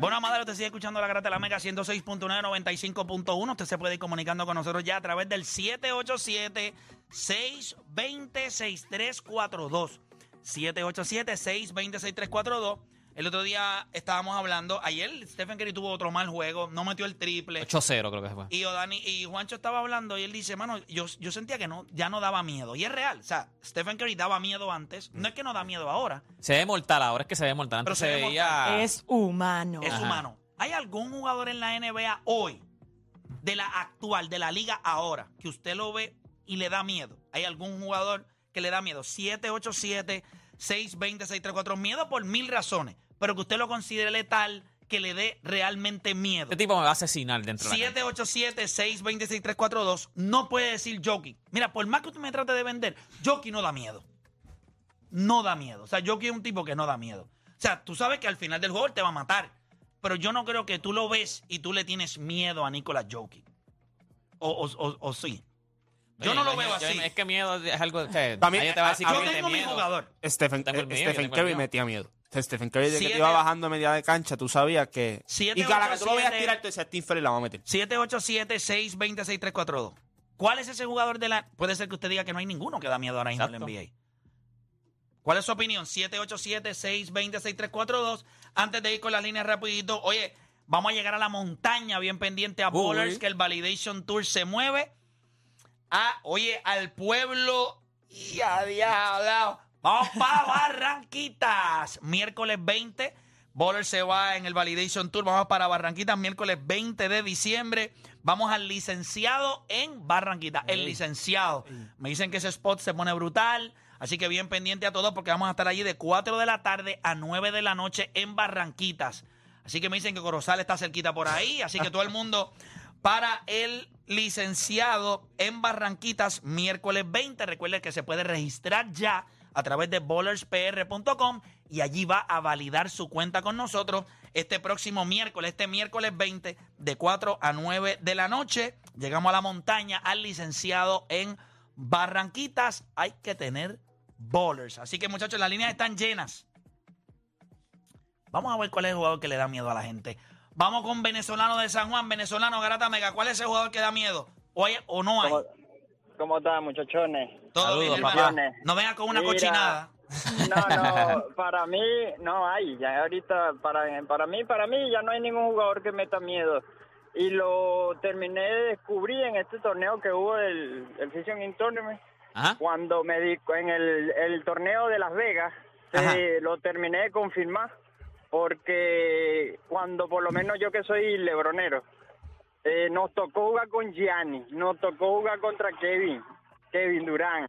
Bueno, madre, usted sigue escuchando la Grata de la Mega 106.995.1. Usted se puede ir comunicando con nosotros ya a través del 787-620-6342. 787-620-6342. El otro día estábamos hablando, ayer Stephen Curry tuvo otro mal juego, no metió el triple. 8-0 creo que fue. Y, Odani, y Juancho estaba hablando y él dice, mano, yo, yo sentía que no, ya no daba miedo. Y es real. O sea, Stephen Curry daba miedo antes. No es que no da miedo ahora, Se ve mortal ahora, es que se ve mortal. Antes Pero se se, ve veía... Es humano. es Ajá. humano. ¿Hay algún jugador en la NBA hoy, de la actual, de la liga ahora, que usted lo ve y le da miedo? ¿Hay algún jugador que le da miedo? 787, 620, 634. Miedo por mil razones, pero que usted lo considere letal, que le dé realmente miedo. Este tipo me va a asesinar dentro de la cancha. 787-626-342 no puede decir Jockey. Mira, por más que tú me trates de vender, Jockey no da miedo. No da miedo. O sea, Jockey es un tipo que no da miedo. O sea, tú sabes que al final del juego él te va a matar. Pero yo no creo que tú lo ves y tú le tienes miedo a Nicolas Jockey. O, o- o- o sí. Yo Oye, no lo yo- veo yo- así. Es que miedo es algo que También- nadie te va a decir a- que a- Yo que tiene tengo mi miedo. jugador. Stephen, eh, Tengo el miedo, yo Stephen tengo el Curry miedo. metía miedo. Stephen Curry desde que Siete- te iba bajando a media de cancha, tú sabías que... Siete, y cada que ocho, tú lo veías siete. tirar, tú decías, Stephen Curry la va a meter. 787-626-342. ¿Cuál es ese jugador de la.? Puede ser que usted diga que no hay ninguno que da miedo ahora mismo en la Exacto. NBA. ¿Cuál es su opinión? 787-620-6342. Antes de ir con las líneas rapidito, oye, vamos a llegar a la montaña bien pendiente a Uy. Bowlers, que el Validation Tour se mueve. A, oye, al pueblo y a diablo. Vamos para Barranquitas. Miércoles 20. Bowler se va en el Validation Tour. Vamos para Barranquitas. Miércoles 20 de diciembre. Vamos al licenciado en Barranquitas. El licenciado. Me dicen que ese spot se pone brutal. Así que bien pendiente a todos porque vamos a estar allí de 4 de la tarde a 9 de la noche en Barranquitas. Así que me dicen que Corozal está cerquita por ahí. Así que todo el mundo para el licenciado en Barranquitas miércoles 20. Recuerden que se puede registrar ya a través de bowlerspr.com y allí va a validar su cuenta con nosotros este próximo miércoles, este miércoles 20 de 4 a 9 de la noche. Llegamos a la montaña al licenciado en Barranquitas. Hay que tener bowlers. Así que muchachos, las líneas están llenas. Vamos a ver cuál es el jugador que le da miedo a la gente. Vamos con venezolano de San Juan, venezolano Garata Mega. ¿Cuál es el jugador que da miedo? ¿O, hay- o no hay? ¿Cómo, cómo están, muchachones? Todo bien, Saludos, hermano. papá. No venga con una Mira. cochinada. No, no, para mí no hay. Ya ahorita, para, para mí, para mí ya no hay ningún jugador que meta miedo. Y lo terminé de descubrir en este torneo que hubo, el, el Fishing In Tournament, Ajá. cuando me di, en el, el torneo de Las Vegas, eh, Ajá. lo terminé de confirmar, porque cuando, por lo menos yo que soy lebronero, eh, nos tocó jugar con Gianni, nos tocó jugar contra Kevin, Kevin Durán.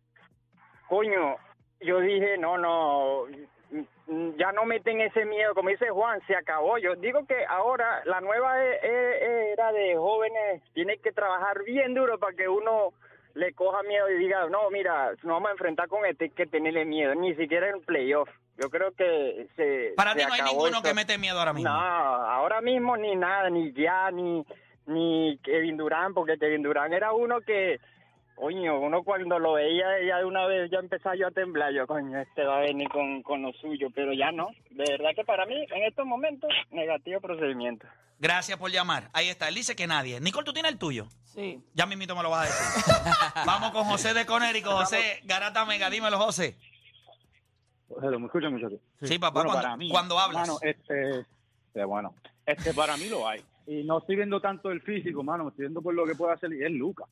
Coño, yo dije, no, no, mm, mm, ya no meten ese miedo, como dice Juan, se acabó. Yo digo que ahora la nueva e- e- era de jóvenes, tiene que trabajar bien duro para que uno le coja miedo y diga, no, mira, nos vamos a enfrentar con este, hay que tenerle miedo, ni siquiera en playoff. Yo creo que se... Para se ti no hay acabó ninguno eso. que mete miedo ahora mismo. No, ahora mismo ni nada, ni ya, ni, ni Kevin Durán, porque Kevin Durán era uno que, coño, uno cuando lo veía ya de una vez ya empezaba yo a temblar, yo, coño, este va a venir con, con lo suyo, pero ya no. De verdad que para mí, en estos momentos, negativo procedimiento. Gracias por llamar. Ahí está. Él dice que nadie. Nicole, tú tienes el tuyo. Sí. Ya mismito me lo vas a decir. Vamos con José de Conérico. José, Garata Mega, dímelo, José. Hello, ¿me escuchan, muchachos? Sí, papá, Bueno, cuando, para mí, cuando hablas. Mano, este, este, bueno, este, para mí lo hay. Y no estoy viendo tanto el físico, mano, me estoy viendo por lo que puede hacer y es Luca.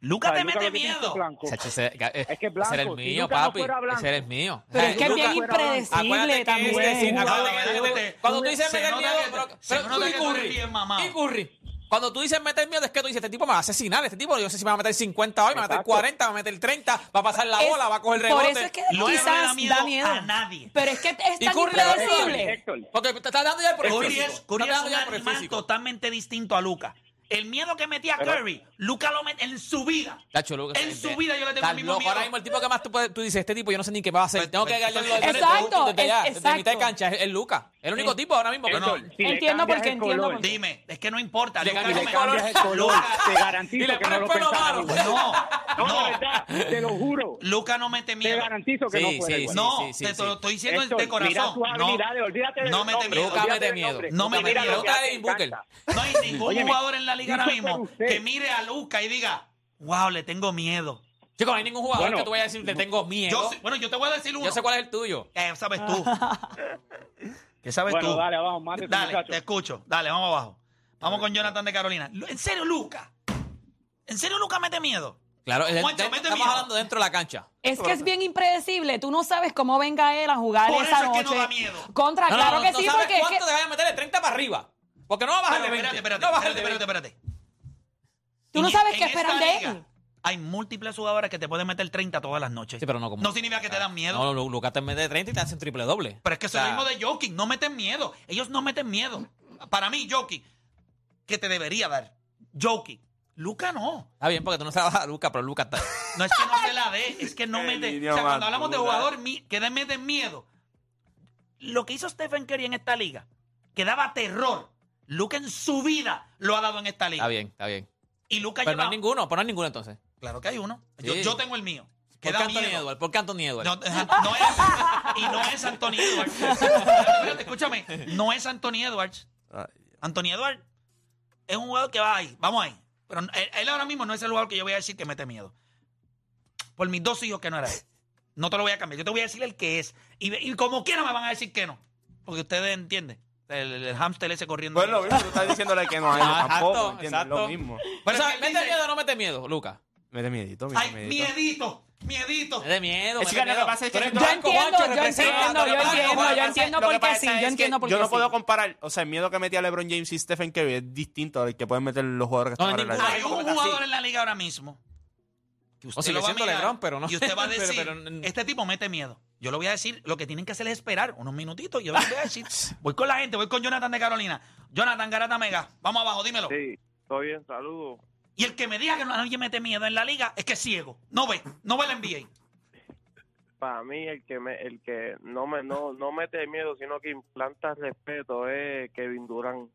Luca O sea, te Luca mete lo que tiene es miedo. blanco. Chacho, ese, Es que es ese era el blanco, si mío, Luca no papi. fuera blanco. ese era el mío. Pero es que es Luca- bien impredecible Acuérdate que es decir, también. jugador. acuérdate que- Acuérdate que- cuando tú dices se meter nota miedo, que- pero, se pero nota tú y que tú eres Curry, bien mamado. y Curry. Cuando tú dices meter miedo, es que tú dices, este tipo me va a asesinar, este tipo, yo no sé si me va a meter 50 hoy, me va a meter 40, me va a meter 30, va a pasar la Es- bola, va a coger Por rebote. eso es que Luego le quizás da da miedo miedo, a nadie. Pero es que es Y tan Curry le da impredecible. Héctor, Porque te estás dando ya por el Curry físico. es, Curry Estás es dando un ya por el animal físico. totalmente distinto a Luca. El miedo que metía Pero- Curry, Luca lo mete en su vida. Tacho, Lucas, En eh, su vida yo le tengo estás el mismo loco. miedo. Ahora mismo el tipo que más tú, puedes- tú dices, este tipo yo no sé ni qué va a hacer. Tengo que ganarle los Exacto, desde allá, es- desde mitad de exacto. cancha. Es, es Lucas. El único tipo ahora mismo. que no. Héctor, Si le cambias Entiendo por qué, el entiendo color, por qué. Dime, es que no importa. Le Luka cambias no el me- color. cambias el color, te garantizo Y le que pone no el lo pelo pensaba. malo. No, No, de no. verdad, te lo juro. Luca no mete Te miedo. garantizo que Sí, no fuera sí, igual. sí. No, te te lo estoy diciendo de- de Héctor, Mira corazón. sus No, habilidades, olvídate del No mete nombre, miedo. Luca olvídate mete del miedo. nombre. No Luca me mete mira miedo. lo que Luca te es Booker. encanta. no hay ningún Óyeme, jugador en la liga ahora dice mismo por usted. que mire a Luca y diga, wow, le tengo miedo. Chicos, no hay ningún jugador Bueno, que tú vayas a decir, le tengo miedo. Yo Yo, sé- bueno, yo te voy a decir uno. sé cuál es el tuyo. Eh, sabes tú. ¿Qué sabes Bueno, tú? dale, abajo, mate a tu Dale, muchacho. te escucho. Dale, vamos abajo. Vamos con Jonathan de Carolina. Lu- ¿En serio, Luca? ¿En serio, Luca mete miedo? Claro, el- Juancho, de- mete estamos miedo. hablando dentro de la cancha. Es que es bien impredecible. Tú no sabes cómo venga él a jugar Por esa eso es que noche. no da miedo. Contra, No, no, claro no, que no sí, sabes porque es cuánto que- te vaya a meter de 30 para arriba. Porque no va a bajar Pero de 20. espérate, espérate, no va a bajar espérate, espérate, de 20. espérate. tú no En- sabes en qué esta esperan de liga él. Hay múltiples jugadoras que te pueden meter 30 todas las noches. Sí, pero no como- Ah, No significa que te dan miedo. No, Lu- Lucas te mete de 30 y te hacen triple doble. Pero es que eso O es sea, lo mismo de Jokic. No meten miedo. Ellos no meten miedo. Para mí, Jokic, que te debería dar. Jokic. Luca no. Está bien, porque tú no sabes a Lucas, pero Lucas está. No es que no se la dé, es que no El mete. O idioma sea, cuando hablamos de dura. jugador mi- que de- meten miedo, lo que hizo Stephen Curry en esta liga, que daba terror, Luca en su vida lo ha dado en esta liga. Está bien, está bien. Y Luca Pero no lleva. hay ninguno, pero no hay ninguno entonces. Claro que hay uno. Yo, Sí. yo tengo el mío. Que ¿Por qué da Anthony miedo. Edwards? ¿Por qué Anthony Edwards? No, no es, y no es Anthony Edwards. Espérate, espérate, escúchame. No es Anthony Edwards. Anthony Edwards es un jugador que va ahí, vamos ahí. Pero él, él ahora mismo no es el jugador que yo voy a decir que mete miedo. Por mis dos hijos que no era él. No te lo voy a cambiar. Yo te voy a decir el que es. Y, ve- y como quiera me van a decir que no. Porque ustedes entienden. El, el hámster ese corriendo. No es Pues lo mismo, tú estás diciéndole que no hay Ah, tampoco, exacto, ¿entiendes? Es lo exacto. mismo. Pero, Pero es ¿sabes? que él ¿Mete dice- miedo o no mete miedo, Lucas? Mete miedito, mira, Ay, miedito, miedito. Mete miedo, Es mete que lo que miedo. pasa es que Tú eres yo blanco, entiendo, guacho, yo representa, entiendo, tú eres yo blanco, entiendo, guacho, yo representa. entiendo Lo por que qué pasa sí, es yo que entiendo por Yo qué no puedo sí. comparar, o sea, el miedo que metía LeBron James y Stephen Curry es distinto al que pueden meter los jugadores que No, están ahora en la ninguno. Hay liga. un jugador en la liga ahora mismo que usted O sigue lo va a siendo mirar LeBron, pero no. y usted va a Pero- decir, pero- este tipo mete miedo. Yo lo voy a decir, lo que tienen que hacer es esperar unos minutitos. Yo les voy a decir, voy con la gente, voy con Jonathan de Carolina. Jonathan Garata Mega, vamos abajo, dímelo. Sí, todo bien, saludos. Y el que me diga que no- alguien mete miedo en la liga es que es ciego. No ve, no ve el NBA. Para mí el que me, el que no me no no mete miedo, sino que implanta respeto es Kevin Durant.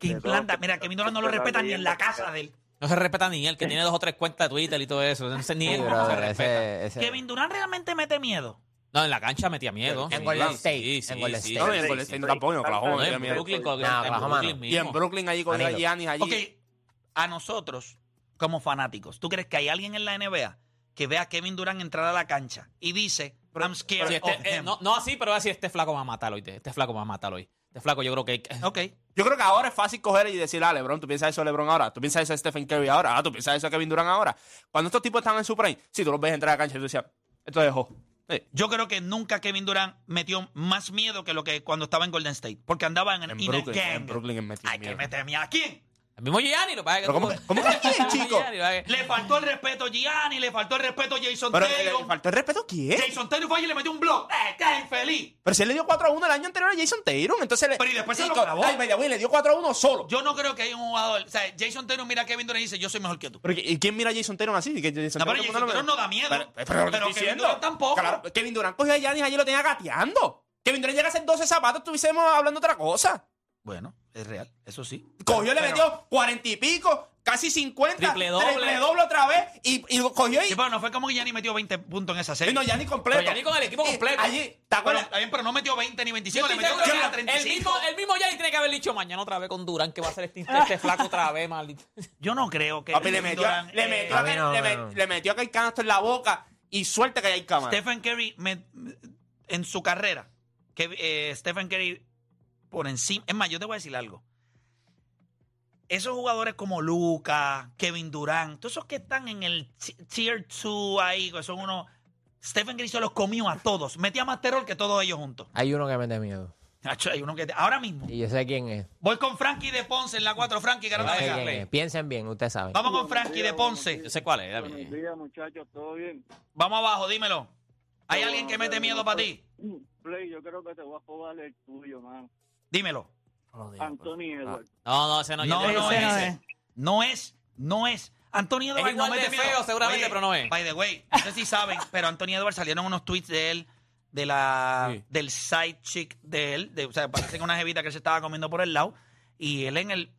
Que De implanta. todo. Mira, que Durant no lo De la respeta ni en la leyenda. casa de él. No se respeta ni él, que tiene dos o tres cuentas de Twitter y todo eso. No sé ni él cómo se respeta. Kevin Durant realmente mete miedo. No, en la cancha metía miedo. En Sí, Golden sí, State, sí, en sí, Golden sí. No, State. y en Golden State no, tampoco, en Oklahoma, No, mira, en mira. Brooklyn, con- No, en Oklahoma Brooklyn no. mismo. Y en Brooklyn ahí con Danilo. Giannis allí. Ok, a nosotros, como fanáticos, ¿tú crees que hay alguien en la NBA que vea a Kevin Durant entrar a la cancha y dice, I'm scared Sí, este- of eh, him"? no, no así, pero así, este flaco va a matar hoy. Este flaco va a matar hoy. Este flaco yo creo que... Ok. Yo creo que ahora es fácil coger y decir, ah, LeBron, tú piensas eso de LeBron ahora, tú piensas eso de Stephen Curry ahora, ah, tú piensas eso de Kevin Durant ahora. Cuando estos tipos están en su prime, si tú los ves entrar a la cancha y tú decías, esto dejó. Yo creo que nunca Kevin Durant metió más miedo que lo que cuando estaba en Golden State, porque andaba en, En in a Brooklyn, gang. en Brooklyn en metido Ay, que miedo. mete miedo. ¿A quién? El mismo Gianni, lo que pasa es que... Pero ¿cómo, tú- que- cómo que quién, chico? Gianni, lo que pasa es que- Le faltó el respeto a Gianni, le faltó el respeto a Jason Pero le, le Taylor. faltó el respeto, ¿quién? Jason Taylor fue allí y le metió un block. ¡Eh, qué infeliz! Pero si él le dio 4 a 1 el año anterior a Jason Tatum, entonces le. Pero y después se Chico, lo clavó. Ay, by the way, le dio 4 a 1 solo. Yo no creo que haya un jugador. O sea, Jason Taylor mira a Kevin Durant y dice, yo soy mejor que tú. Pero, ¿Y quién mira a Jason Tatum así? Que Jason No, pero Tatum Jason lo- Taylor no da miedo. Pero, pero, Pero te estoy Kevin diciendo. Durant tampoco. Claro, Kevin Durant cogió a Giannis y allí lo tenía gateando. Kevin Durant llega a hacer 12 zapatos, estuviésemos hablando otra cosa. Bueno, es real, eso sí. Cogió, le Pero- metió 40 y pico, casi 50. Triple doble. triple doble otra vez. Y, y cogió y. Sí, pero no fue como que Gianni metió 20 puntos en esa serie. y no, Giannis completo. Pero Giannis con el equipo Y completo. Allí, ¿te pero, acuerdas? está bien, pero no metió 20 ni Yo 25, le estoy metió seguro que 30, el 35. mismo, el mismo Gianni tiene que haber dicho mañana otra vez con Durán que va a ser este, este flaco otra vez, maldito. Yo no creo que Papi, le Kevin metió, Durant, le eh, metió, a mí no, le, a mí met- no. le metió aquel canasto en la boca y suerte que hay cámara. Stephen Curry me- en su carrera, que eh, Stephen Curry por encima. Es más, yo te voy a decir algo. Esos jugadores como Luca, Kevin Durant, todos esos que están en el ti- Tier 2 ahí, que son unos. Stephen Curry se los comió a todos. Metía más terror que todos ellos juntos. Hay uno que mete miedo. Nacho, hay uno que. Ahora mismo. Y yo sé quién es. Voy con Frankie de Ponce en la 4. Frankie, Yo garota sé de quién Garley. es. Piensen bien, ustedes saben. Vamos con Frankie de Ponce. Yo sé cuál es. David. Buenos días, muchachos, ¿todo bien? Vamos abajo, dímelo. ¿Hay alguien que mete miedo para ti? Play, yo creo que te voy a jugar el tuyo, mano. Dímelo. pues, Anthony Edwards. No, no, ese no, yo No, te- no, Ese no ese. es. No es, no es. Antonio Es Edwards no igual mete de miedo. feo, seguramente, Oye, pero no es. By the way, no sé si saben, pero Antonio Edwards salieron unos tweets de él, de la, del side chick de él. de- o sea, parece que una jevita que él se estaba comiendo por el lado. Y él en el.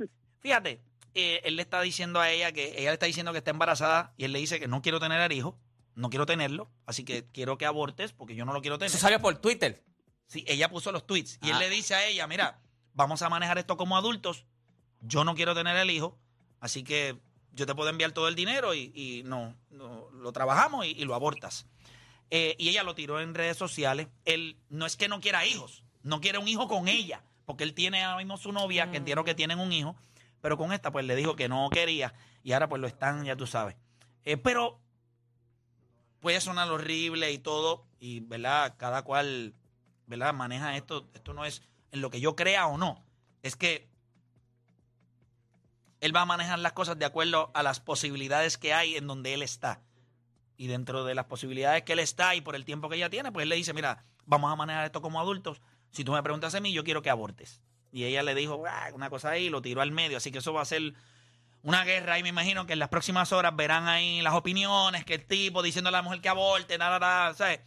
Fíjate, eh, él le está diciendo a ella que. Ella le está diciendo que está embarazada y él le dice que no quiero tener al hijo, no quiero tenerlo, así que quiero que abortes porque yo no lo quiero tener. Eso salió por Twitter. Sí, ella puso los tweets. Y Ah. él le dice a ella, mira, vamos a manejar esto como adultos. Yo no quiero tener el hijo, así que yo te puedo enviar todo el dinero y, y no, no, lo trabajamos y, y lo abortas. Eh, y ella lo tiró en redes sociales. Él no es que no quiera hijos, no quiere un hijo con ella, porque él tiene ahora mismo su novia, que entiendo que tienen un hijo, pero con esta pues le dijo que no quería y ahora pues lo están, ya tú sabes. Eh, pero puede sonar horrible y todo, y ¿verdad? Cada cual ¿verdad? maneja esto, esto no es en lo que yo crea o no, es que él va a manejar las cosas de acuerdo a las posibilidades que hay en donde él está. Y dentro de las posibilidades que él está y por el tiempo que ella tiene, pues él le dice, mira, vamos a manejar esto como adultos. Si tú me preguntas a mí, yo quiero que abortes. Y ella le dijo, "Ah", una cosa ahí, y lo tiró al medio. Así que eso va a ser una guerra. Y me imagino que en las próximas horas verán ahí las opiniones, que el tipo diciendo a la mujer que aborte, nada, nada, ¿sabes?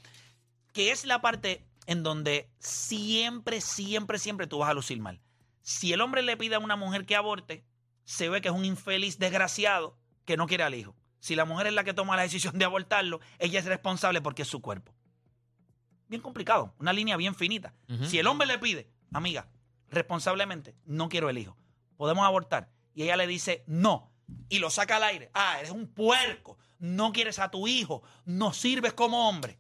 que es la parte en donde siempre, siempre, siempre tú vas a lucir mal. Si el hombre le pide a una mujer que aborte, se ve que es un infeliz desgraciado que no quiere al hijo. Si la mujer es la que toma la decisión de abortarlo, ella es responsable porque es su cuerpo. Bien complicado, una línea bien finita. Ujú. Si el hombre le pide, amiga, responsablemente, no quiero el hijo, podemos abortar. Y ella le dice, no, y lo saca al aire. Ah, eres un puerco, no quieres a tu hijo, no sirves como hombre.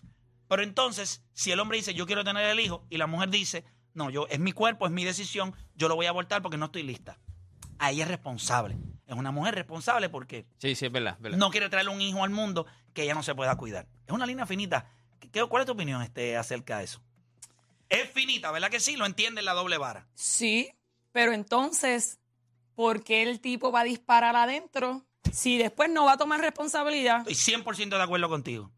Pero entonces, si el hombre dice, yo quiero tener el hijo, y la mujer dice, no, yo, es mi cuerpo, es mi decisión, yo lo voy a abortar porque no estoy lista. Ahí es responsable. Es una mujer responsable porque Sí, sí, es verdad. es verdad. no quiere traerle un hijo al mundo que ella no se pueda cuidar. Es una línea finita. ¿Qué- qué- ¿Cuál es tu opinión este, acerca de eso? Es finita, ¿verdad que sí? Lo entiende la doble vara. Sí, pero entonces, ¿por qué el tipo va a disparar adentro si después no va a tomar responsabilidad? Estoy 100% de acuerdo contigo.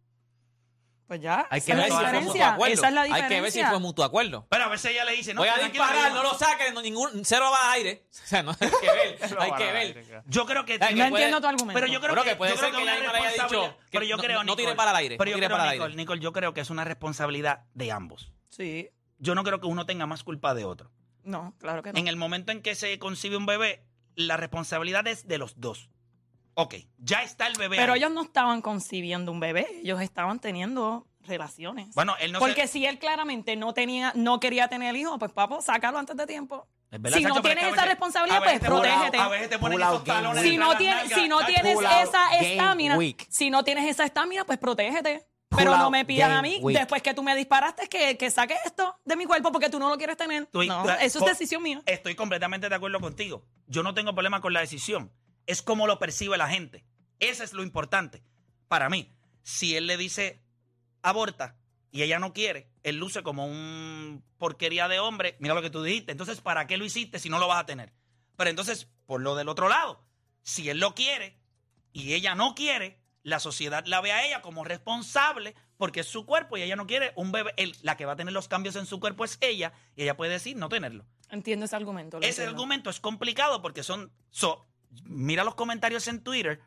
Pues ya, Hay que esa ver es si la fue mutuo diferencia. acuerdo. Esa es la Hay diferencia. que ver si fue mutuo acuerdo. Pero a veces ella le dice, no, Voy a tranquila, disparar, yo- no lo saquen, no, ningún, cero va al aire. O sea, no hay que ver, hay que ver. Yo creo que... Ay, No que puede- entiendo tu argumento. Pero yo creo Bueno, que, que puede yo creo ser que una el animal haya dicho responsabilidad- que pero yo no- creo, no tire Nicole, para el aire, Pero yo no tire creo, para el Nicole, aire. Nicole, yo creo que es una responsabilidad de ambos. Sí, Yo no creo que uno tenga más culpa de otro. no, claro que no. En el momento en que se concibe un bebé, la responsabilidad es de los dos. Ok, ya está el bebé. Pero ahí. ellos no estaban concibiendo un bebé, ellos estaban teniendo relaciones. Bueno, él no se- Porque si él claramente no tenía, no quería tener el hijo, pues papo, sácalo antes de tiempo. Es verdad, si no Sacho, pero es tienes que a esa veces- responsabilidad, a veces pues, te ponen- protégete. A veces te ponen Pull out esos talones. Si detrás no de las tienes, si no nalgas, Sacho. tienes pull out esa game estamina, week. si no tienes esa estamina, pues protégete. Pull Pero no out me pidas a game mí, week. después que tú me disparaste, que, que saque esto de mi cuerpo porque tú no lo quieres tener. Estoy- no, la- eso es co- decisión mía. Estoy completamente de acuerdo contigo. Yo no tengo problema con la decisión. Es como lo percibe la gente. Eso es lo importante para mí. Si él le dice aborta y ella no quiere, él luce como un porquería de hombre. Mira lo que tú dijiste. Entonces, ¿para qué lo hiciste si no lo vas a tener? Pero entonces, por lo del otro lado, si él lo quiere y ella no quiere, la sociedad la ve a ella como responsable porque es su cuerpo y ella no quiere un bebé. Él- la que va a tener los cambios en su cuerpo es ella y ella puede decir no tenerlo. Entiendo ese argumento. lo Ese entiendo. argumento es complicado porque son. so- mira los comentarios en Twitter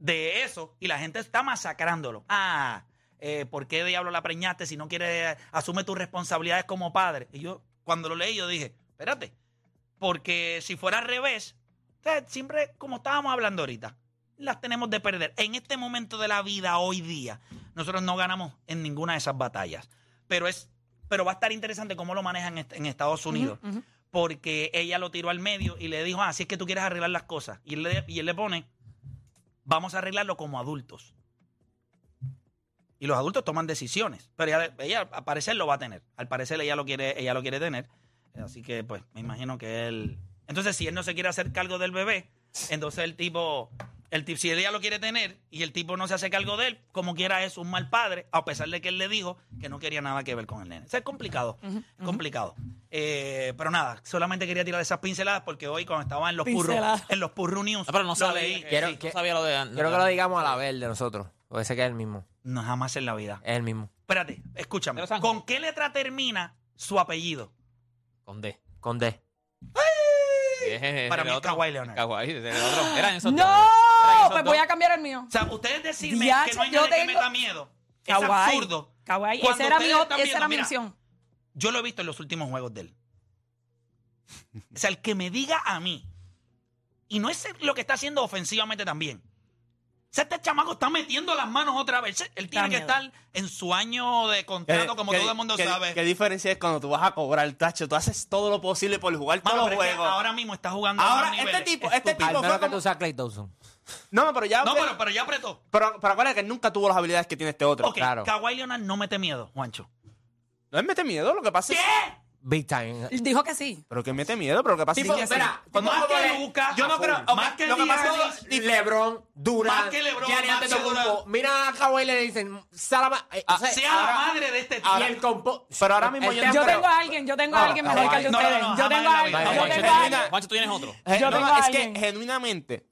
de eso y la gente está masacrándolo. Ah, eh, ¿por qué diablo la preñaste si no quieres asume tus responsabilidades como padre? Y yo, cuando lo leí, yo dije, espérate, porque si fuera al revés, o sea, siempre, como estábamos hablando ahorita, las tenemos de perder. En este momento de la vida, hoy día, nosotros no ganamos en ninguna de esas batallas. Pero es, pero va a estar interesante cómo lo manejan en est- en Estados Unidos Ujú, ujú. porque ella lo tiró al medio y le dijo, ah, así es que tú quieres arreglar las cosas. Y él le, y él le pone, vamos a arreglarlo como adultos. Y los adultos toman decisiones, pero ella, ella, al parecer lo va a tener. Al parecer ella lo quiere, ella lo quiere tener. Así que pues me imagino que él... Entonces si él no se quiere hacer cargo del bebé, entonces el tipo, el tipo, si ella lo quiere tener y el tipo no se hace cargo de él, como quiera es un mal padre, a pesar de que él le dijo que no quería nada que ver con el nene. O sea, es complicado, es complicado. Eh, pero nada, solamente quería tirar esas pinceladas porque hoy cuando estaba en los purru, Pinceladas. en los purru news, Ah, pero no lo sabía. leí. que- Quiero- sí, que- no sabía lo de. Quiero que lo digamos a la vez el de nosotros. Porque sé que es el mismo. No jamás en la vida. Es el mismo. Espérate, escúchame. De Eh, Los Ángeles. ¿Con qué letra termina su apellido? Con D. Con D. Para mí es Kawhi Leonard. Eran esos ¡No! dos. Eran esos dos. Pues voy a cambiar el mío. O sea, ustedes decirme Diache, que no hay yo nadie que tengo- meta miedo. Es Kawhi. absurdo. Kawhi, Cuando esa era mi, ustedes op- están esa viendo, era mi mira, opción. Yo lo he visto en los últimos juegos de él. O sea, el que me diga a mí, y no es lo que está haciendo ofensivamente también. O sea, este chamaco está metiendo las manos otra vez. Él tiene que miedo. estar en su año de contrato, como ¿Qué- todo el mundo qué- sabe. ¿Qué diferencia es cuando tú vas a cobrar el tacho? Tú haces todo lo posible por jugar Mano, todos los pero es que juegos. ahora mismo está jugando a Ahora, unos este niveles tipo, este estúpidos. tipo Al fue menos que como... tú seas Clay Dawson. No, no, pero Ah, ya... No, pero, pero ya apretó. pero, pero acuérdate que él nunca tuvo las habilidades que tiene este otro. Ok, Kawhi Leonard no mete miedo, Juancho. No él mete miedo, lo que pasa es... Big time. Dijo que sí. Pero que mete miedo, pero lo que pasa Tipo, es que... espera, Cuando más juego que de- Luka, Yo no creo... full. ok, Más que lo que pasa Giannis, es que... LeBron, Durant, Más que LeBron, Giannis más que Antetokounmpo. Durant. Mira a Kawhi le dicen, Salama. eh, o sea, sea la madre de este ahora- tío. y el compo. Pero Ah, ahora mismo El yo no Yo creo- tengo a alguien, yo tengo No, a alguien mejor que el no, de no, ustedes. no, yo jamás tengo a en la alguien. vida. Yo Juancho, tengo a alguien. termina. Juancho, tú tienes otro. Eh, Yo no, tengo no, a es que alguien. genuinamente...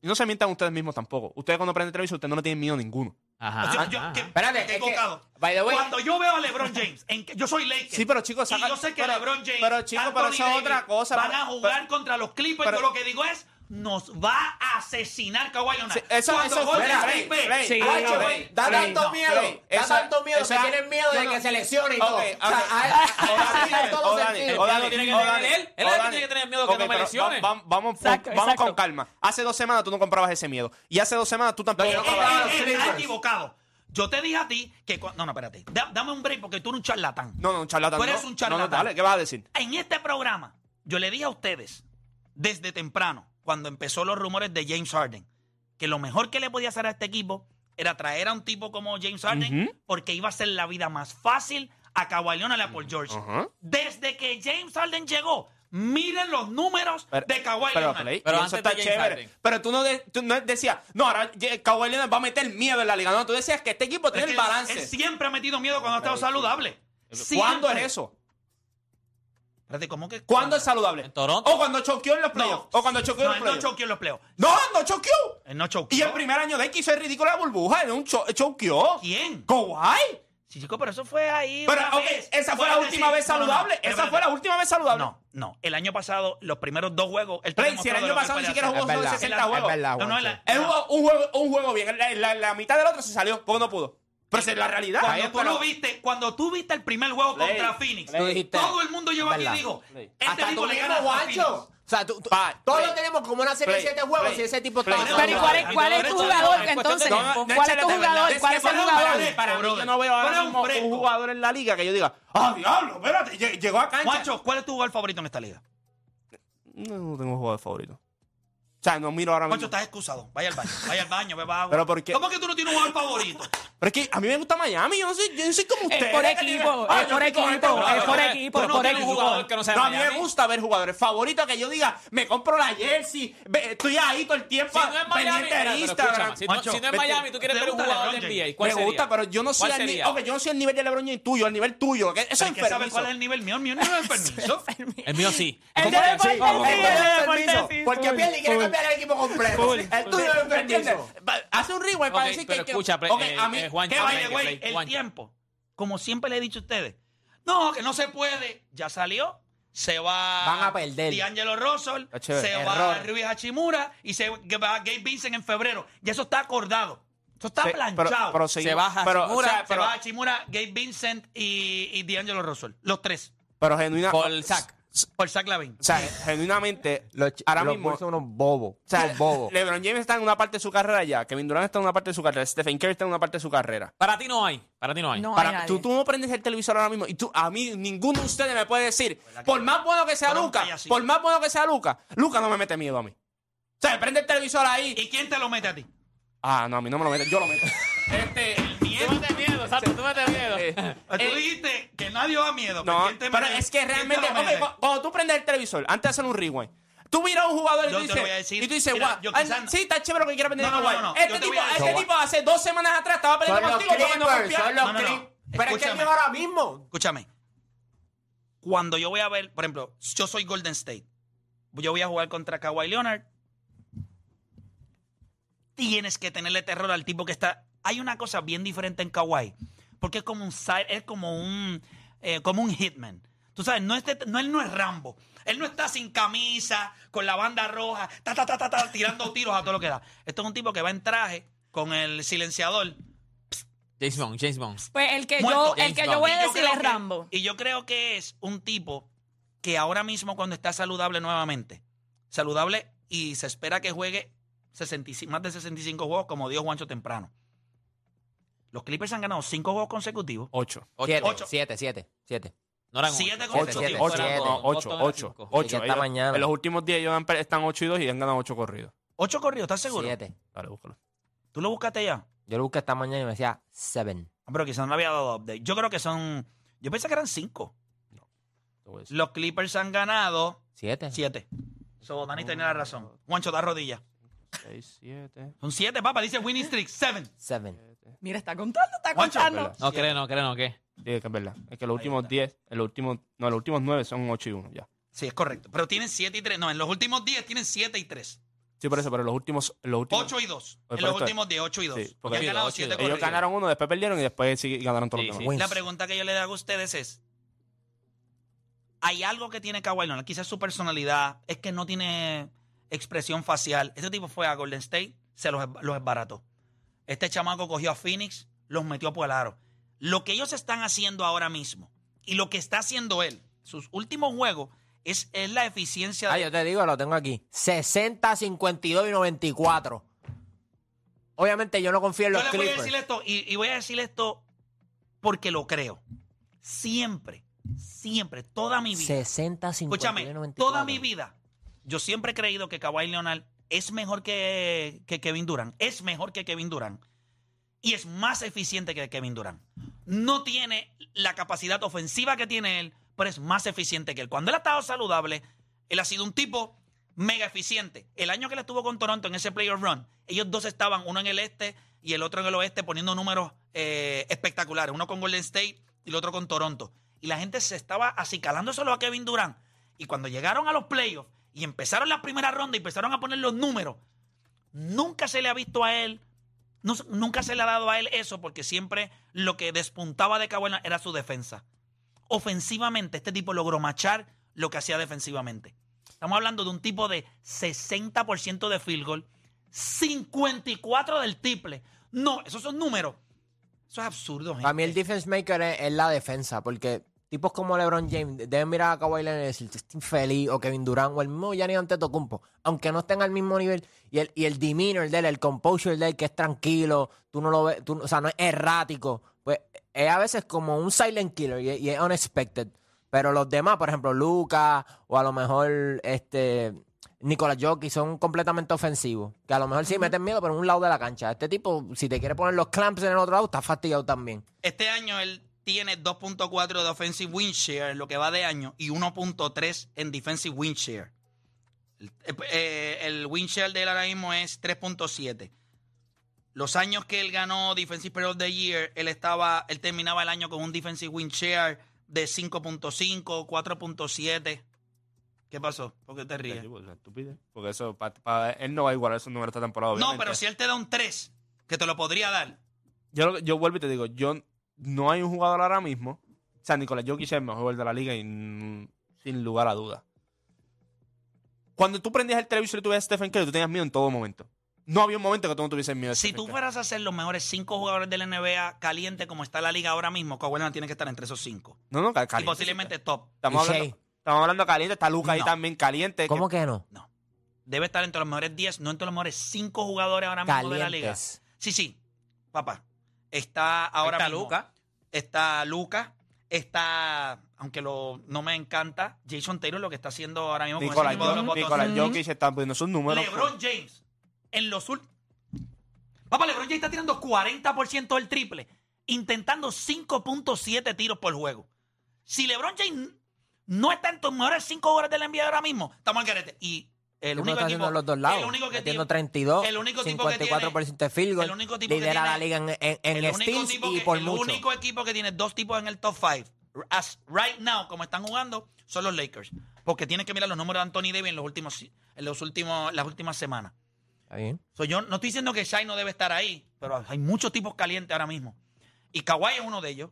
No se mientan ustedes mismos tampoco. Ustedes cuando prenden televisión, ustedes no tienen miedo ninguno. O sea, Ajá. ah, yo- que- Espérate, que es que- cocado. by the way- Cuando yo veo a LeBron James, en que- yo soy Lakers. Sí, pero, chicos, saca- y yo sé que pero- LeBron James, pero, chicos, Anthony pero eso es Davis otra cosa, Van pero- a jugar pero- contra los Clippers. pero- yo lo que digo es, nos va a asesinar Kawhi Leonard. Sí, eso- Ah, Cuando eso- Golden espera, State Clay, ve- Clay, Sí, Guacho, no, güey, Clay, da Claey, tanto no, miedo, Clay. da Esa- tanto miedo esa- que tienen miedo yo de no- que se lesione y Ok, todo. O sea, ok. a- a- Dani, tiene todo o Dani, sentido. o El miedo Dani, tiene que o tener Dani, él. Él es el o que Dani. tiene que tener miedo que Ok, no me pero lesione. va- va- Vamos, con- Exacto, vamos con exacto. calma. Hace dos semanas tú no comprabas ese miedo. Y hace dos semanas tú tampoco No, yo no comprabas compraba Él- los él- él Clippers. está equivocado. Yo te dije a ti que... cua- No, no, espérate. Da- dame un break porque tú eres un charlatán. No, no, un charlatán. Tú eres no. un No, charlatán. no, dale, ¿qué vas a decir? En este programa, yo le dije a ustedes, desde temprano, cuando empezó los rumores de James Harden, que lo mejor que le podía hacer a este equipo era traer a un tipo como James Harden, porque iba a ser la vida más fácil a Kawhi Leonard y a Paul George. Ajá. Desde que James Harden llegó, miren los números de Kawhi pero, Leonard. Play, Pero eso antes está de James chévere. Harden. Pero tú no, de- tú no decías, no, ahora ye- Kawhi Leonard va a meter miedo en la liga. No, tú decías que este equipo Es tiene que el él- Él, balance. siempre ha metido miedo cuando ha estado saludable. ¿Cuándo Siempre. es eso? Espérate, ¿cómo que? ¿Cuándo es saludable? Ah, En Toronto. O cuando choqueó en los playoffs. No, O cuando choqueó en no, los él no playoffs. choqueó en los playoffs. No, no choqueó. Él no choqueó. Y el primer año de él quiso el ridículo de la burbuja. En un cho choqueó. ¿Quién? Kawhi. Sí, chico, pero eso fue ahí. Pero, una ok, vez. esa fue Bueno, la última sí. vez No, no, no. saludable. Espérate, esa fue la espérate. última vez saludable. No, no. El año pasado, los primeros dos juegos. él Play, te si el demostró año lo que pasado ni puede siquiera hacer. jugó Es 60 verdad, juegos. es verdad, No, no, la- Él jugó un juego, un juego bien. La, la- la mitad del otro se salió porque no pudo. Pero esa es la realidad. Cuando Ahí tú está lo la- viste, cuando tú viste el primer juego Play, contra Phoenix, Play, dijiste, todo el mundo llevó aquí y verdad. dijo, Play. este Hasta tipo tú le mismo, gana a guacho. Phoenix. O sea, tú, tú- Bye. todos Play. lo tenemos como una serie de Play. siete juegos Play. y ese tipo Play. está... Pero ¿y cuál es, cuál es tu jugador entonces? ¿Cuál es tu jugador? ¿Cuál es el Para mí, jugador? para mí, para mí, Brother. yo no veo ahora Fuera un mismo un, fresco. jugador en la liga que yo diga, ¡ah, diablo! Espérate, lle- llegó a cancha. Juancho, ¿cuál es tu jugador favorito en esta liga? No, no tengo jugador favorito. O sea, no miro ahora Juancho, mismo. estás excusado. Vaya al baño, vaya al baño, beba agua. Pero ¿por qué? ¿Cómo que tú no tienes un jugador favorito? Pero es que a mí me gusta Miami, yo no soy, yo no soy como Es ustedes. por que tienen- equipo, Ah, es yo por soy equipo, como este, es por no, equipo, tú es no por tienes un equipo. jugador que no sea No, a mí me Miami. gusta ver jugadores favoritos que yo diga, me compro la jersey, ve- estoy ahí todo el tiempo Si no es Miami, pendiente espérate, de pero Instagram. escúchame, si, no, Macho, si no es vete. Miami, tú quieres ¿Te ver un gusta jugador de LeBron NBA. James? ¿Cuál me sería? gusta, pero yo no soy ¿Cuál al ni- sería? ok, yo no soy el nivel de LeBron James tuyo, el nivel tuyo. que Eso es ¿Pero que sabes enfermizo. cuál es el nivel mío? El mío no es permiso. El mío sí. El de ¿Cómo deporte así? sí, ¿Cómo? el de Entonces, deporte permiso, sí. Porque Pierre quiere cambiar el equipo completo. El tuyo es un ¿Me entiendes? permiso. Va- Hace un rewind Ok, para decir pero que... escucha, pre- Ok, eh, a mí- eh, Juancho, Que ¿qué va- Play, vaya, güey, Play, el Juancho. tiempo. Como siempre le he dicho a ustedes. No, que no se puede. Ya salió. Se va. Van a perder. D'Angelo Russell. Está chévere. Se va Error. Ruby Hachimura. Y se va Gabe Vincent en febrero. Ya eso está acordado. Eso está Sí, pero- planchado. pero se seguimos- Se baja pero, o Hachimura, sea, se pero- va Hachimura, Gabe Vincent y, y D'Angelo Russell. Los tres. Pero genuina... Por sac. Por Zach Lavin. O sea, genuinamente, Los chi- ahora los mismo... Bulls son unos bobos. O sea, unos bobos. LeBron James está en una parte de su carrera ya, Kevin Durant está en una parte de su carrera, Stephen Curry está en una parte de su carrera. Para ti no hay. Para ti no hay. No hay Para, nadie. tú, tú no prendes el televisor ahora mismo y tú, a mí ninguno de ustedes me puede decir, por más bueno que sea Pero un Luca, payasito. por más bueno que sea Luca, Luca no me mete miedo a mí. O sea, prende el televisor ahí. ¿Y quién te lo mete a ti? Ah, no, a mí no me lo mete, yo lo meto. este, Tú me miedo, exacto, tú me miedo. Tú dijiste que nadie va a miedo. Eh, no, ¿quién te pero mete? es que ¿Quién te realmente, lo mete? ok, cu- cuando tú prendes el televisor, antes de hacer un rewind, tú miras a un jugador y Yo tú te lo dices, voy a decir, y tú dices, mira, guau, yo ah, quizás- sí, está chévere lo que quiera aprender No, no, Kawhi. no, no, yo Este, te tipo, voy a decir- este tipo hace dos semanas atrás estaba Son perdiendo los contigo porque no Clippers, confiaba. son los No, no, no. Clippers. Pero es que él Escúchame. llegó ahora mismo. Escúchame. Cuando yo voy a ver, por ejemplo, yo soy Golden State. Yo voy a jugar contra Kawhi Leonard. Tienes que tenerle terror al tipo que está. Hay una cosa bien diferente en Kawhi. Porque es como un side- es como un eh, como un hitman. Tú sabes, no es, de- no, él no es Rambo. Él no está sin camisa, con la banda roja, ta, ta, ta, ta, ta, tirando tiros a todo lo que da. Esto es un tipo que va en traje con el silenciador. James Bond, James Bond. Pues el que Muerto. yo, el que James Bond. yo voy a Y yo decir creo es que- Rambo. Y yo creo que es un tipo que ahora mismo cuando está saludable nuevamente, saludable y se espera que juegue 65 más de 65 juegos como dio Juancho temprano. Los Clippers han ganado 5 juegos consecutivos. 8. Ocho. Siete, Ocho. siete, siete, siete. No eran Siete ocho. consecutivos. Siete, 8, siete. 8, Boston era 8, cinco. Y 8. ya está mañana. En los últimos 10 ellos han per- están 8 y 2 y han ganado 8 corridos. ¿Ocho corridos? ¿Estás seguro? Siete. Dale, búscalo. ¿Tú lo buscaste ya? Yo lo busqué esta mañana y me decía seven. Ah, Pero quizás no le había dado update. Yo creo que son. Yo pensé que eran 5. Te voy a decir. Los Clippers han ganado Siete. 7. So, Dani tenía la razón. Juancho, da rodilla. 6, 7. Son 7, papá. Dice Winning Streak, 7. Seven. Mira, está contando, está Juancho, contando. No cree, no cree, no cree. Dije que es verdad. Es que los últimos 10, los últimos, no, los últimos 9 son 8 y 1 ya. Sí, es correcto. Pero tienen 7 y 3. No, en los últimos 10 tienen 7 y 3. Sí, por eso, pero los últimos. Los últimos 8 y 2. Oye, En por los esto- últimos 10, 8 y 2. Sí, porque han ganado ocho y 7 dos. ellos corridos. ganaron uno, después perdieron y después sí ganaron todos Sí, los sí. demás. Wins. La pregunta que yo le hago a ustedes es: ¿hay algo que tiene Kawhi Leonard? Quizás su personalidad, es que no tiene expresión facial. Este tipo fue a Golden State, se los, los esbarató. Este chamaco cogió a Phoenix, los metió por el aro. Lo que ellos están haciendo ahora mismo y lo que está haciendo él, sus últimos juegos, es, es la eficiencia. Ah, de- yo te digo, lo tengo aquí. 60, 52 y 94. Obviamente yo no confío en Yo los les voy a Clippers. decir esto y, y voy a decir esto porque lo creo. Siempre, siempre, toda mi vida. 60, 52 y Escúchame, 94. toda mi vida, yo siempre he creído que Kawhi Leonard es mejor que, que Kevin Durant. Es mejor que Kevin Durant. Y es más eficiente que Kevin Durant. No tiene la capacidad ofensiva que tiene él, pero es más eficiente que él. Cuando él ha estado saludable, él ha sido un tipo mega eficiente. El año que él estuvo con Toronto en ese playoff run, ellos dos estaban, uno en el este y el otro en el oeste, poniendo números eh, espectaculares. Uno con Golden State y el otro con Toronto. Y la gente se estaba acicalando solo a Kevin Durant. Y cuando llegaron a los playoffs y empezaron la primera ronda y empezaron a poner los números, nunca se le ha visto a él, no se- nunca se le ha dado a él eso, porque siempre lo que despuntaba de Kawhi Leonard era su defensa. Ofensivamente, este tipo logró machar lo que hacía defensivamente. Estamos hablando de un tipo de 60% de field goal, 54% del triple. No, esos son números. Eso es absurdo, gente. Para mí el defense maker es, es la defensa, porque tipos como LeBron James deben mirar a Kawhi Leonard y decir, estoy infeliz, o Kevin Durant, o el mismo Gianni Antetokounmpo, aunque no estén al mismo nivel, y el, y el demeanor de él, el composure de él, que es tranquilo, tú no lo ves, tú no- o sea, no es errático, pues es a veces como un silent killer y, es- y es unexpected. Pero los demás, por ejemplo, Lucas, o a lo mejor este Nicolás Jockey, son completamente ofensivos. Que a lo mejor sí meten miedo, pero en un lado de la cancha. Este tipo, si te quiere poner los clamps en el otro lado, está fastidiado también. Este año él tiene 2.4 de offensive win share, lo que va de año, y 1.3 en defensive win share. El, eh, el win share de él ahora mismo es 3.7. Los años que él ganó Defensive Player of the Year, él estaba, él terminaba el año con un defensive win share de 5.5, 4.7. ¿Qué pasó? ¿Por qué te ríes? pues, Porque eso, pa- pa- él no va a igualar esos números esta temporada. No, obviamente. pero si él te da un 3, que te lo podría dar. Yo, lo que- yo vuelvo y te digo, yo no hay un jugador ahora mismo. O sea, Nicolás Jokic es el mejor jugador de la liga y, mm, sin lugar a duda. Cuando tú prendías el televisor y tú veías a Stephen Curry, tú tenías miedo en todo momento. No había un momento que tú no tuvieses miedo. de Si Stephen tú Curry. fueras a ser los mejores cinco jugadores de la NBA caliente como está la liga ahora mismo, Kawhi Leonard tiene que estar entre esos cinco. No, no, cal- Y caliente. posiblemente top. Estamos Y hablando, Shea. estamos hablando caliente. Está Lucas ahí No. también caliente. que- ¿Cómo que no? Debe estar entre los mejores 10, no entre los mejores cinco jugadores ahora mismo de la liga. Calientes. Sí, sí, papá. Está ahora Ahí está mismo- Luka. Está Lucas. Está, aunque lo, no me encanta, Jason Taylor lo que está haciendo ahora mismo con ese Nicolás, equipo de los Jo- Boston Nicolás Celtics. Jokic está poniendo sus números. pues. LeBron James en los últimos. Papá, LeBron James está tirando 40% del triple, intentando 5.7 tiros por juego. Si LeBron James no está en tus mejores 5 horas del NBA ahora mismo, estamos al garete. Y el Tipo está único equipo. haciendo los dos lados. El único que metiendo tiene- 32, el único tipo que tiene- 54% de field goal, el único tipo que lidera tiene- la liga en, en, en el único, steals tipo y que- por el mucho. único equipo que tiene dos tipos en el top 5, right now, como están jugando, son los Lakers. Porque tienes que mirar los números de Anthony Davis en, los últimos, en los últimos, las últimas semanas. Está bien. So, yo no estoy diciendo que Shai no debe estar ahí, pero hay muchos tipos calientes ahora mismo. Y Kawhi es uno de ellos.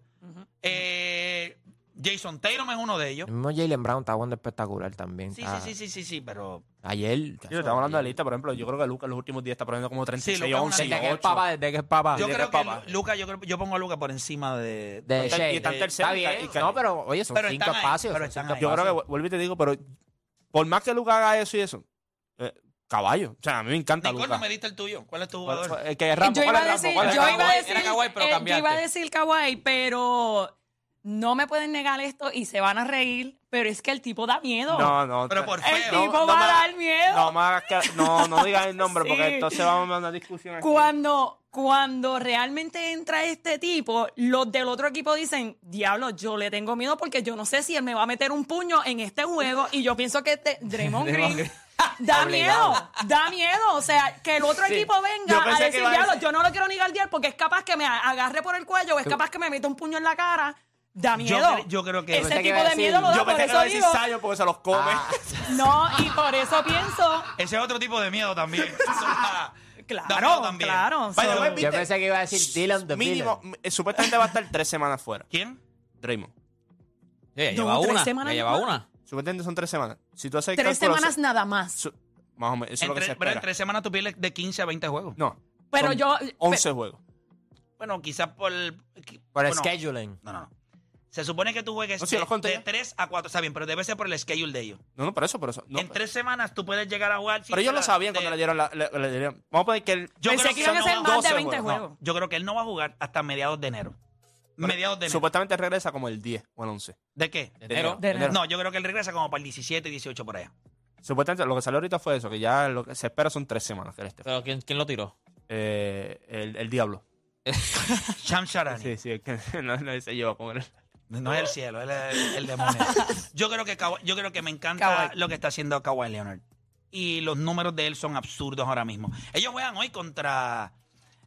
Eh, Jason Tatum es uno de ellos. El mismo Jalen Brown está jugando espectacular también. Sí, está- sí, sí, sí, sí, sí, pero Ayer. Yo estaba hablando de lista, por ejemplo, yo creo que Lucas en los últimos días está poniendo como 36, Luka es una 11, lista. 8. Desde que es papá, desde que es papá. yo Desde creo que que es papá. Luca, yo, creo- yo pongo a Luca por encima de. De Está- y está en tercero. y está- y está- Pero están ahí, pero están ahí. Yo creo que, vu- vuelvo y te digo, pero por más que Lucas haga eso y eso, eh, caballo. O sea, a mí me encanta Nicole, no Lucas. me diste el tuyo. ¿Cuál es tu jugador? El que es Rambo, yo ¿cuál iba es a Rambo? decir, ¿Cuál es yo Rambo? iba a decir, pero eh, yo iba a cambiaste. decir Kawhi, pero no me pueden negar esto y se van a reír, pero es que el tipo da miedo. No, no. Pero por el feo. tipo va a dar miedo. No, me hagas que- no, no digas el nombre Sí. porque entonces vamos a una discusión aquí. Cuando, cuando realmente entra este tipo, los del otro equipo dicen, diablo, yo le tengo miedo porque yo no sé si él me va a meter un puño en este juego y yo pienso que este Draymond Draymond Green da Obligado. miedo, da miedo. O sea, que el otro Sí. equipo Yo venga a pensé que decir, iba a diablo, decir- yo no lo quiero ni guardiar porque es capaz que me agarre por el cuello o es capaz que me meta un puño en la cara. Da miedo. Yo, cre- yo creo que. Ese tipo de miedo lo da, Yo por pensé que eso iba a decir digo. Zion porque se los come. No, y por eso pienso, Ese es otro tipo de miedo también. Eso da- claro, da miedo también. claro. By the way, Yo ¿viste? pensé que iba a decir Dylan the Mínimo, Villain. eh, supuestamente va a estar tres semanas fuera. ¿Quién? Draymond. ya lleva No, tres una, semanas ya lleva nada más. Supuestamente son tres semanas. Si tú haces el tres cálculo, semanas se- nada más. su- Más o menos, eso es En lo que tres- se pero espera. en tres semanas tú pierdes de 15 a 20 juegos. No. Pero son yo- 11 juegos. Bueno, quizás por. Por bueno, scheduling. No, no, no. Se supone que tú juegues No, Oh, sí, de- los conté de ya. 3 a 4. Está bien, pero debe ser por el schedule de ellos. No, no, por eso, por eso. No, pues. en tres semanas tú puedes llegar a jugar. pero ellos lo sabían cuando le dieron la. le- le dieron- Vamos a poner que el- Yo creo Pensé que iban a son ser más de 12 20 juegos, no. juegos. Yo creo que él no va a jugar hasta mediados de enero. Mediados de enero. Supuestamente regresa como el 10 o el 11. ¿De qué? De enero. De enero. No, yo creo que él regresa como para el 17, 18 por allá. Supuestamente lo que salió ahorita fue eso, que ya lo que se espera son tres semanas que él esté. Pero ¿quién, quién lo tiró? Eh, el, el diablo. Sham Sharani. Sí, sí, es que no, no se lleva con él. No es el cielo, él es el, el demonio. yo, creo que, Kawhi- yo creo que me encanta lo que está haciendo Kawhi Leonard. Y los números de él son absurdos ahora mismo. Ellos juegan hoy contra.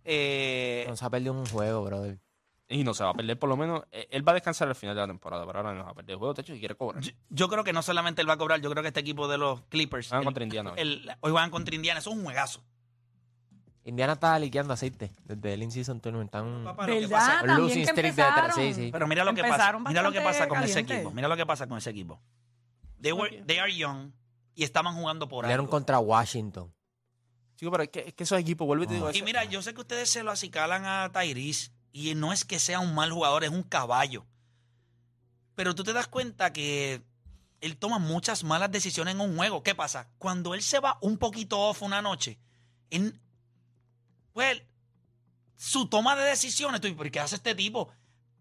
eh, No se ha perdido un juego, brother. Y no se va a perder, por lo menos. eh, Él va a descansar al final de la temporada, pero ahora no va a perder el juego, de hecho, y quiere cobrar. yo creo que no solamente él va a cobrar, yo creo que este equipo de los Clippers. Van el- contra Indiana. hoy. el- hoy van contra Indiana, eso es un juegazo. Indiana está liqueando aceite desde el in-season tournament. Están Papá, lo que ¿Verdad? pasa- Ah, un también losing que streak de tres. Sí, empezaron. sí. Pero mira lo que pasa. Empezaron Mira lo que pasa bastante con ese caliente. equipo. Mira lo que pasa con ese equipo. They, were- they are young y estaban jugando por Pelearon algo. contra Washington. Chico, pero es que, es que esos equipos, vuelve y te digo. Y ese- mira, yo sé que ustedes se lo acicalan a Tyrese y no es que sea un mal jugador, es un caballo. Pero tú te das cuenta que él toma muchas malas decisiones en un juego. ¿Qué pasa? Cuando él se va un poquito off una noche, en, pues su toma de decisiones, tú, dices, ¿pero qué hace este tipo?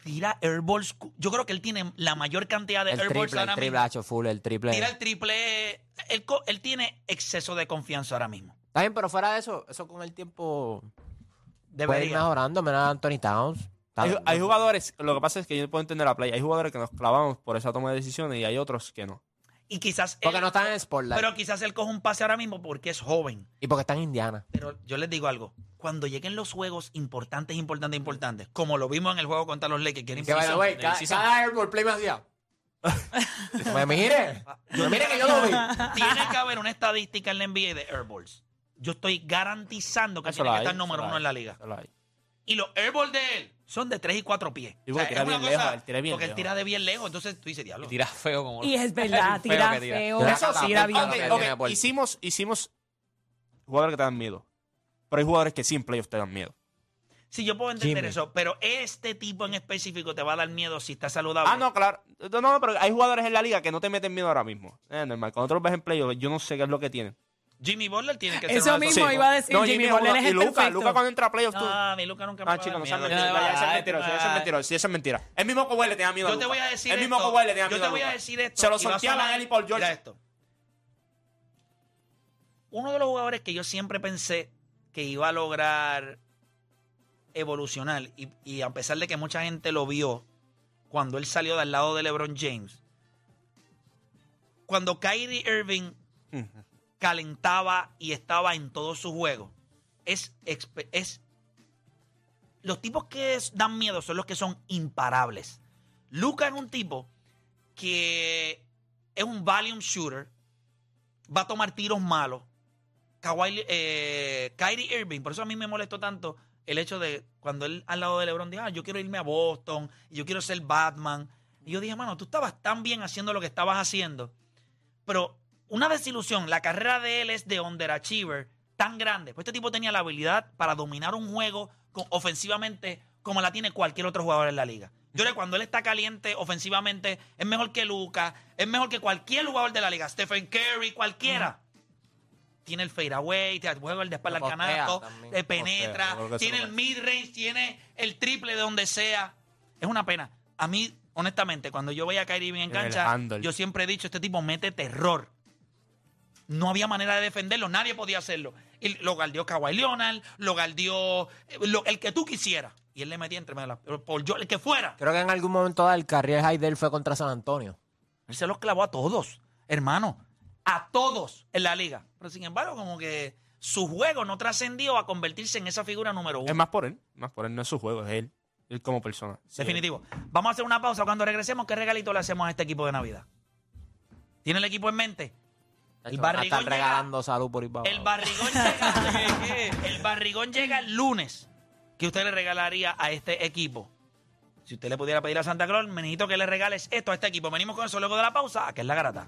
Tira airballs. cu- Yo creo que él tiene la mayor cantidad de El airballs triple, el ahora triple mismo. ha hecho full, el triple. Tira el triple. Él, co- él tiene exceso de confianza ahora mismo. Está bien, pero fuera de eso, eso con el tiempo puede ir Debería. mejorando. Mira a Anthony Towns. Está- Hay, hay jugadores, lo que pasa es que yo puedo entender la playa. Hay jugadores que nos clavamos por esa toma de decisiones y hay otros que no. Y quizás Porque él- no están en Spotlight. Pero quizás él coge un pase ahora mismo porque es joven. Y porque están en Indiana. Pero yo les digo algo. Cuando lleguen los juegos importantes, importantes, importantes, como lo vimos en el juego contra los Lakers, quieren Que vaya, güey, cada, cada airball play me hacía. me mire. Me mire que yo lo vi. Tiene que haber una estadística en la NBA de airballs. Yo estoy garantizando que Eso tiene lo que hay, estar eso número lo uno hay, en la liga. eso lo hay. Y los airballs de él son de 3 y 4 pies. Y porque tira es una bien lejos, él tira bien porque él lejos. tira de bien lejos, entonces tú dices, diablo. Y tira feo como. Y es Feo verdad, que tira tira. feo. Tira Eso sí, catapulta, era bien ok, feo. ok. tiene Ok, por- hicimos, hicimos jugadores que te dan miedo. Pero hay jugadores que sí en playoffs te dan miedo. Sí, yo puedo entender Jimmy. eso, pero este tipo en específico te va a dar miedo si está saludable. Ah, no, claro. No, no, pero hay jugadores en la liga que no te meten miedo ahora mismo. Eh, Es normal. Cuando tú los ves en playoffs, yo no sé qué es lo que tienen. Jimmy Butler tiene que Eso ser uno de esos mismo tipos. iba a decir, Jimmy es Butler uno- es Y el Luca, perfecto. Luca cuando entra a playoffs, tú. No, mi Luca nunca me Ah, puede chicos, no dar sean miedo. mentirosos. No, Ya, ya sean ay, mentirosos, ya sean ay. mentirosos. Ya sean mentiras. El mismo Kawhi le tenía miedo a Yo te Luca. voy a decir El mismo esto. Kawhi le tenía Yo miedo te voy a Luca. decir esto. Se lo y vas a sorteaban a ver- él y Paul George. Mira esto. Uno de los jugadores que yo siempre pensé que iba a lograr evolucionar, y, y a pesar de que mucha gente lo vio cuando él salió del lado de LeBron James, cuando Kyrie Irving calentaba y estaba en todos sus juegos, es, expe- es los tipos que es- dan miedo son los que son imparables. Luca es un tipo que es un volume shooter, va a tomar tiros malos. Kawhi, eh, Kyrie Irving, por eso a mí me molestó tanto el hecho de cuando él al lado de LeBron dijo, ah, yo quiero irme a Boston, yo quiero ser Batman. Y yo dije, mano, tú estabas tan bien haciendo lo que estabas haciendo. Pero una desilusión, la carrera de él es de underachiever tan grande. Pues este tipo tenía la habilidad para dominar un juego co- ofensivamente como la tiene cualquier otro jugador en la liga. Yo creo que cuando él está caliente ofensivamente, es mejor que Lucas, es mejor que cualquier jugador de la liga. Stephen Curry, cualquiera. Tiene el fadeaway, te juega el de espalda al Lo postea canasto, también. te Postea, penetra, yo creo que tiene eso el lo- midrange, tiene el triple de donde sea. Es una pena. A mí, honestamente, cuando yo veía a Kyrie Irving en El cancha, handle. yo siempre he dicho, este tipo mete terror. No había manera de defenderlo, nadie podía hacerlo. Y lo galdeó Kawhi Leonard, lo galdeó eh, lo- el que tú quisieras. Y él le metía entre medio de las... Por yo, el que fuera. Creo que en algún momento el carril high de él fue contra San Antonio. Él se los clavó a todos, hermano. A todos en la liga. Pero sin embargo, como que su juego no trascendió a convertirse en esa figura número uno. Es más por él. Más por él. No es su juego, es él. Él como persona. Sí, Definitivo. Vamos a hacer una pausa. Cuando regresemos, ¿qué regalito le hacemos a este equipo de Navidad? ¿Tiene el equipo en mente? El Están barrigón llega, regalando salud por ir para Oh. el barrigón llega, el barrigón llega el lunes. ¿Qué usted le regalaría a este equipo? Si usted le pudiera pedir a Santa Claus, me necesito que le regales esto a este equipo. Venimos con eso luego de la pausa, que es la garata.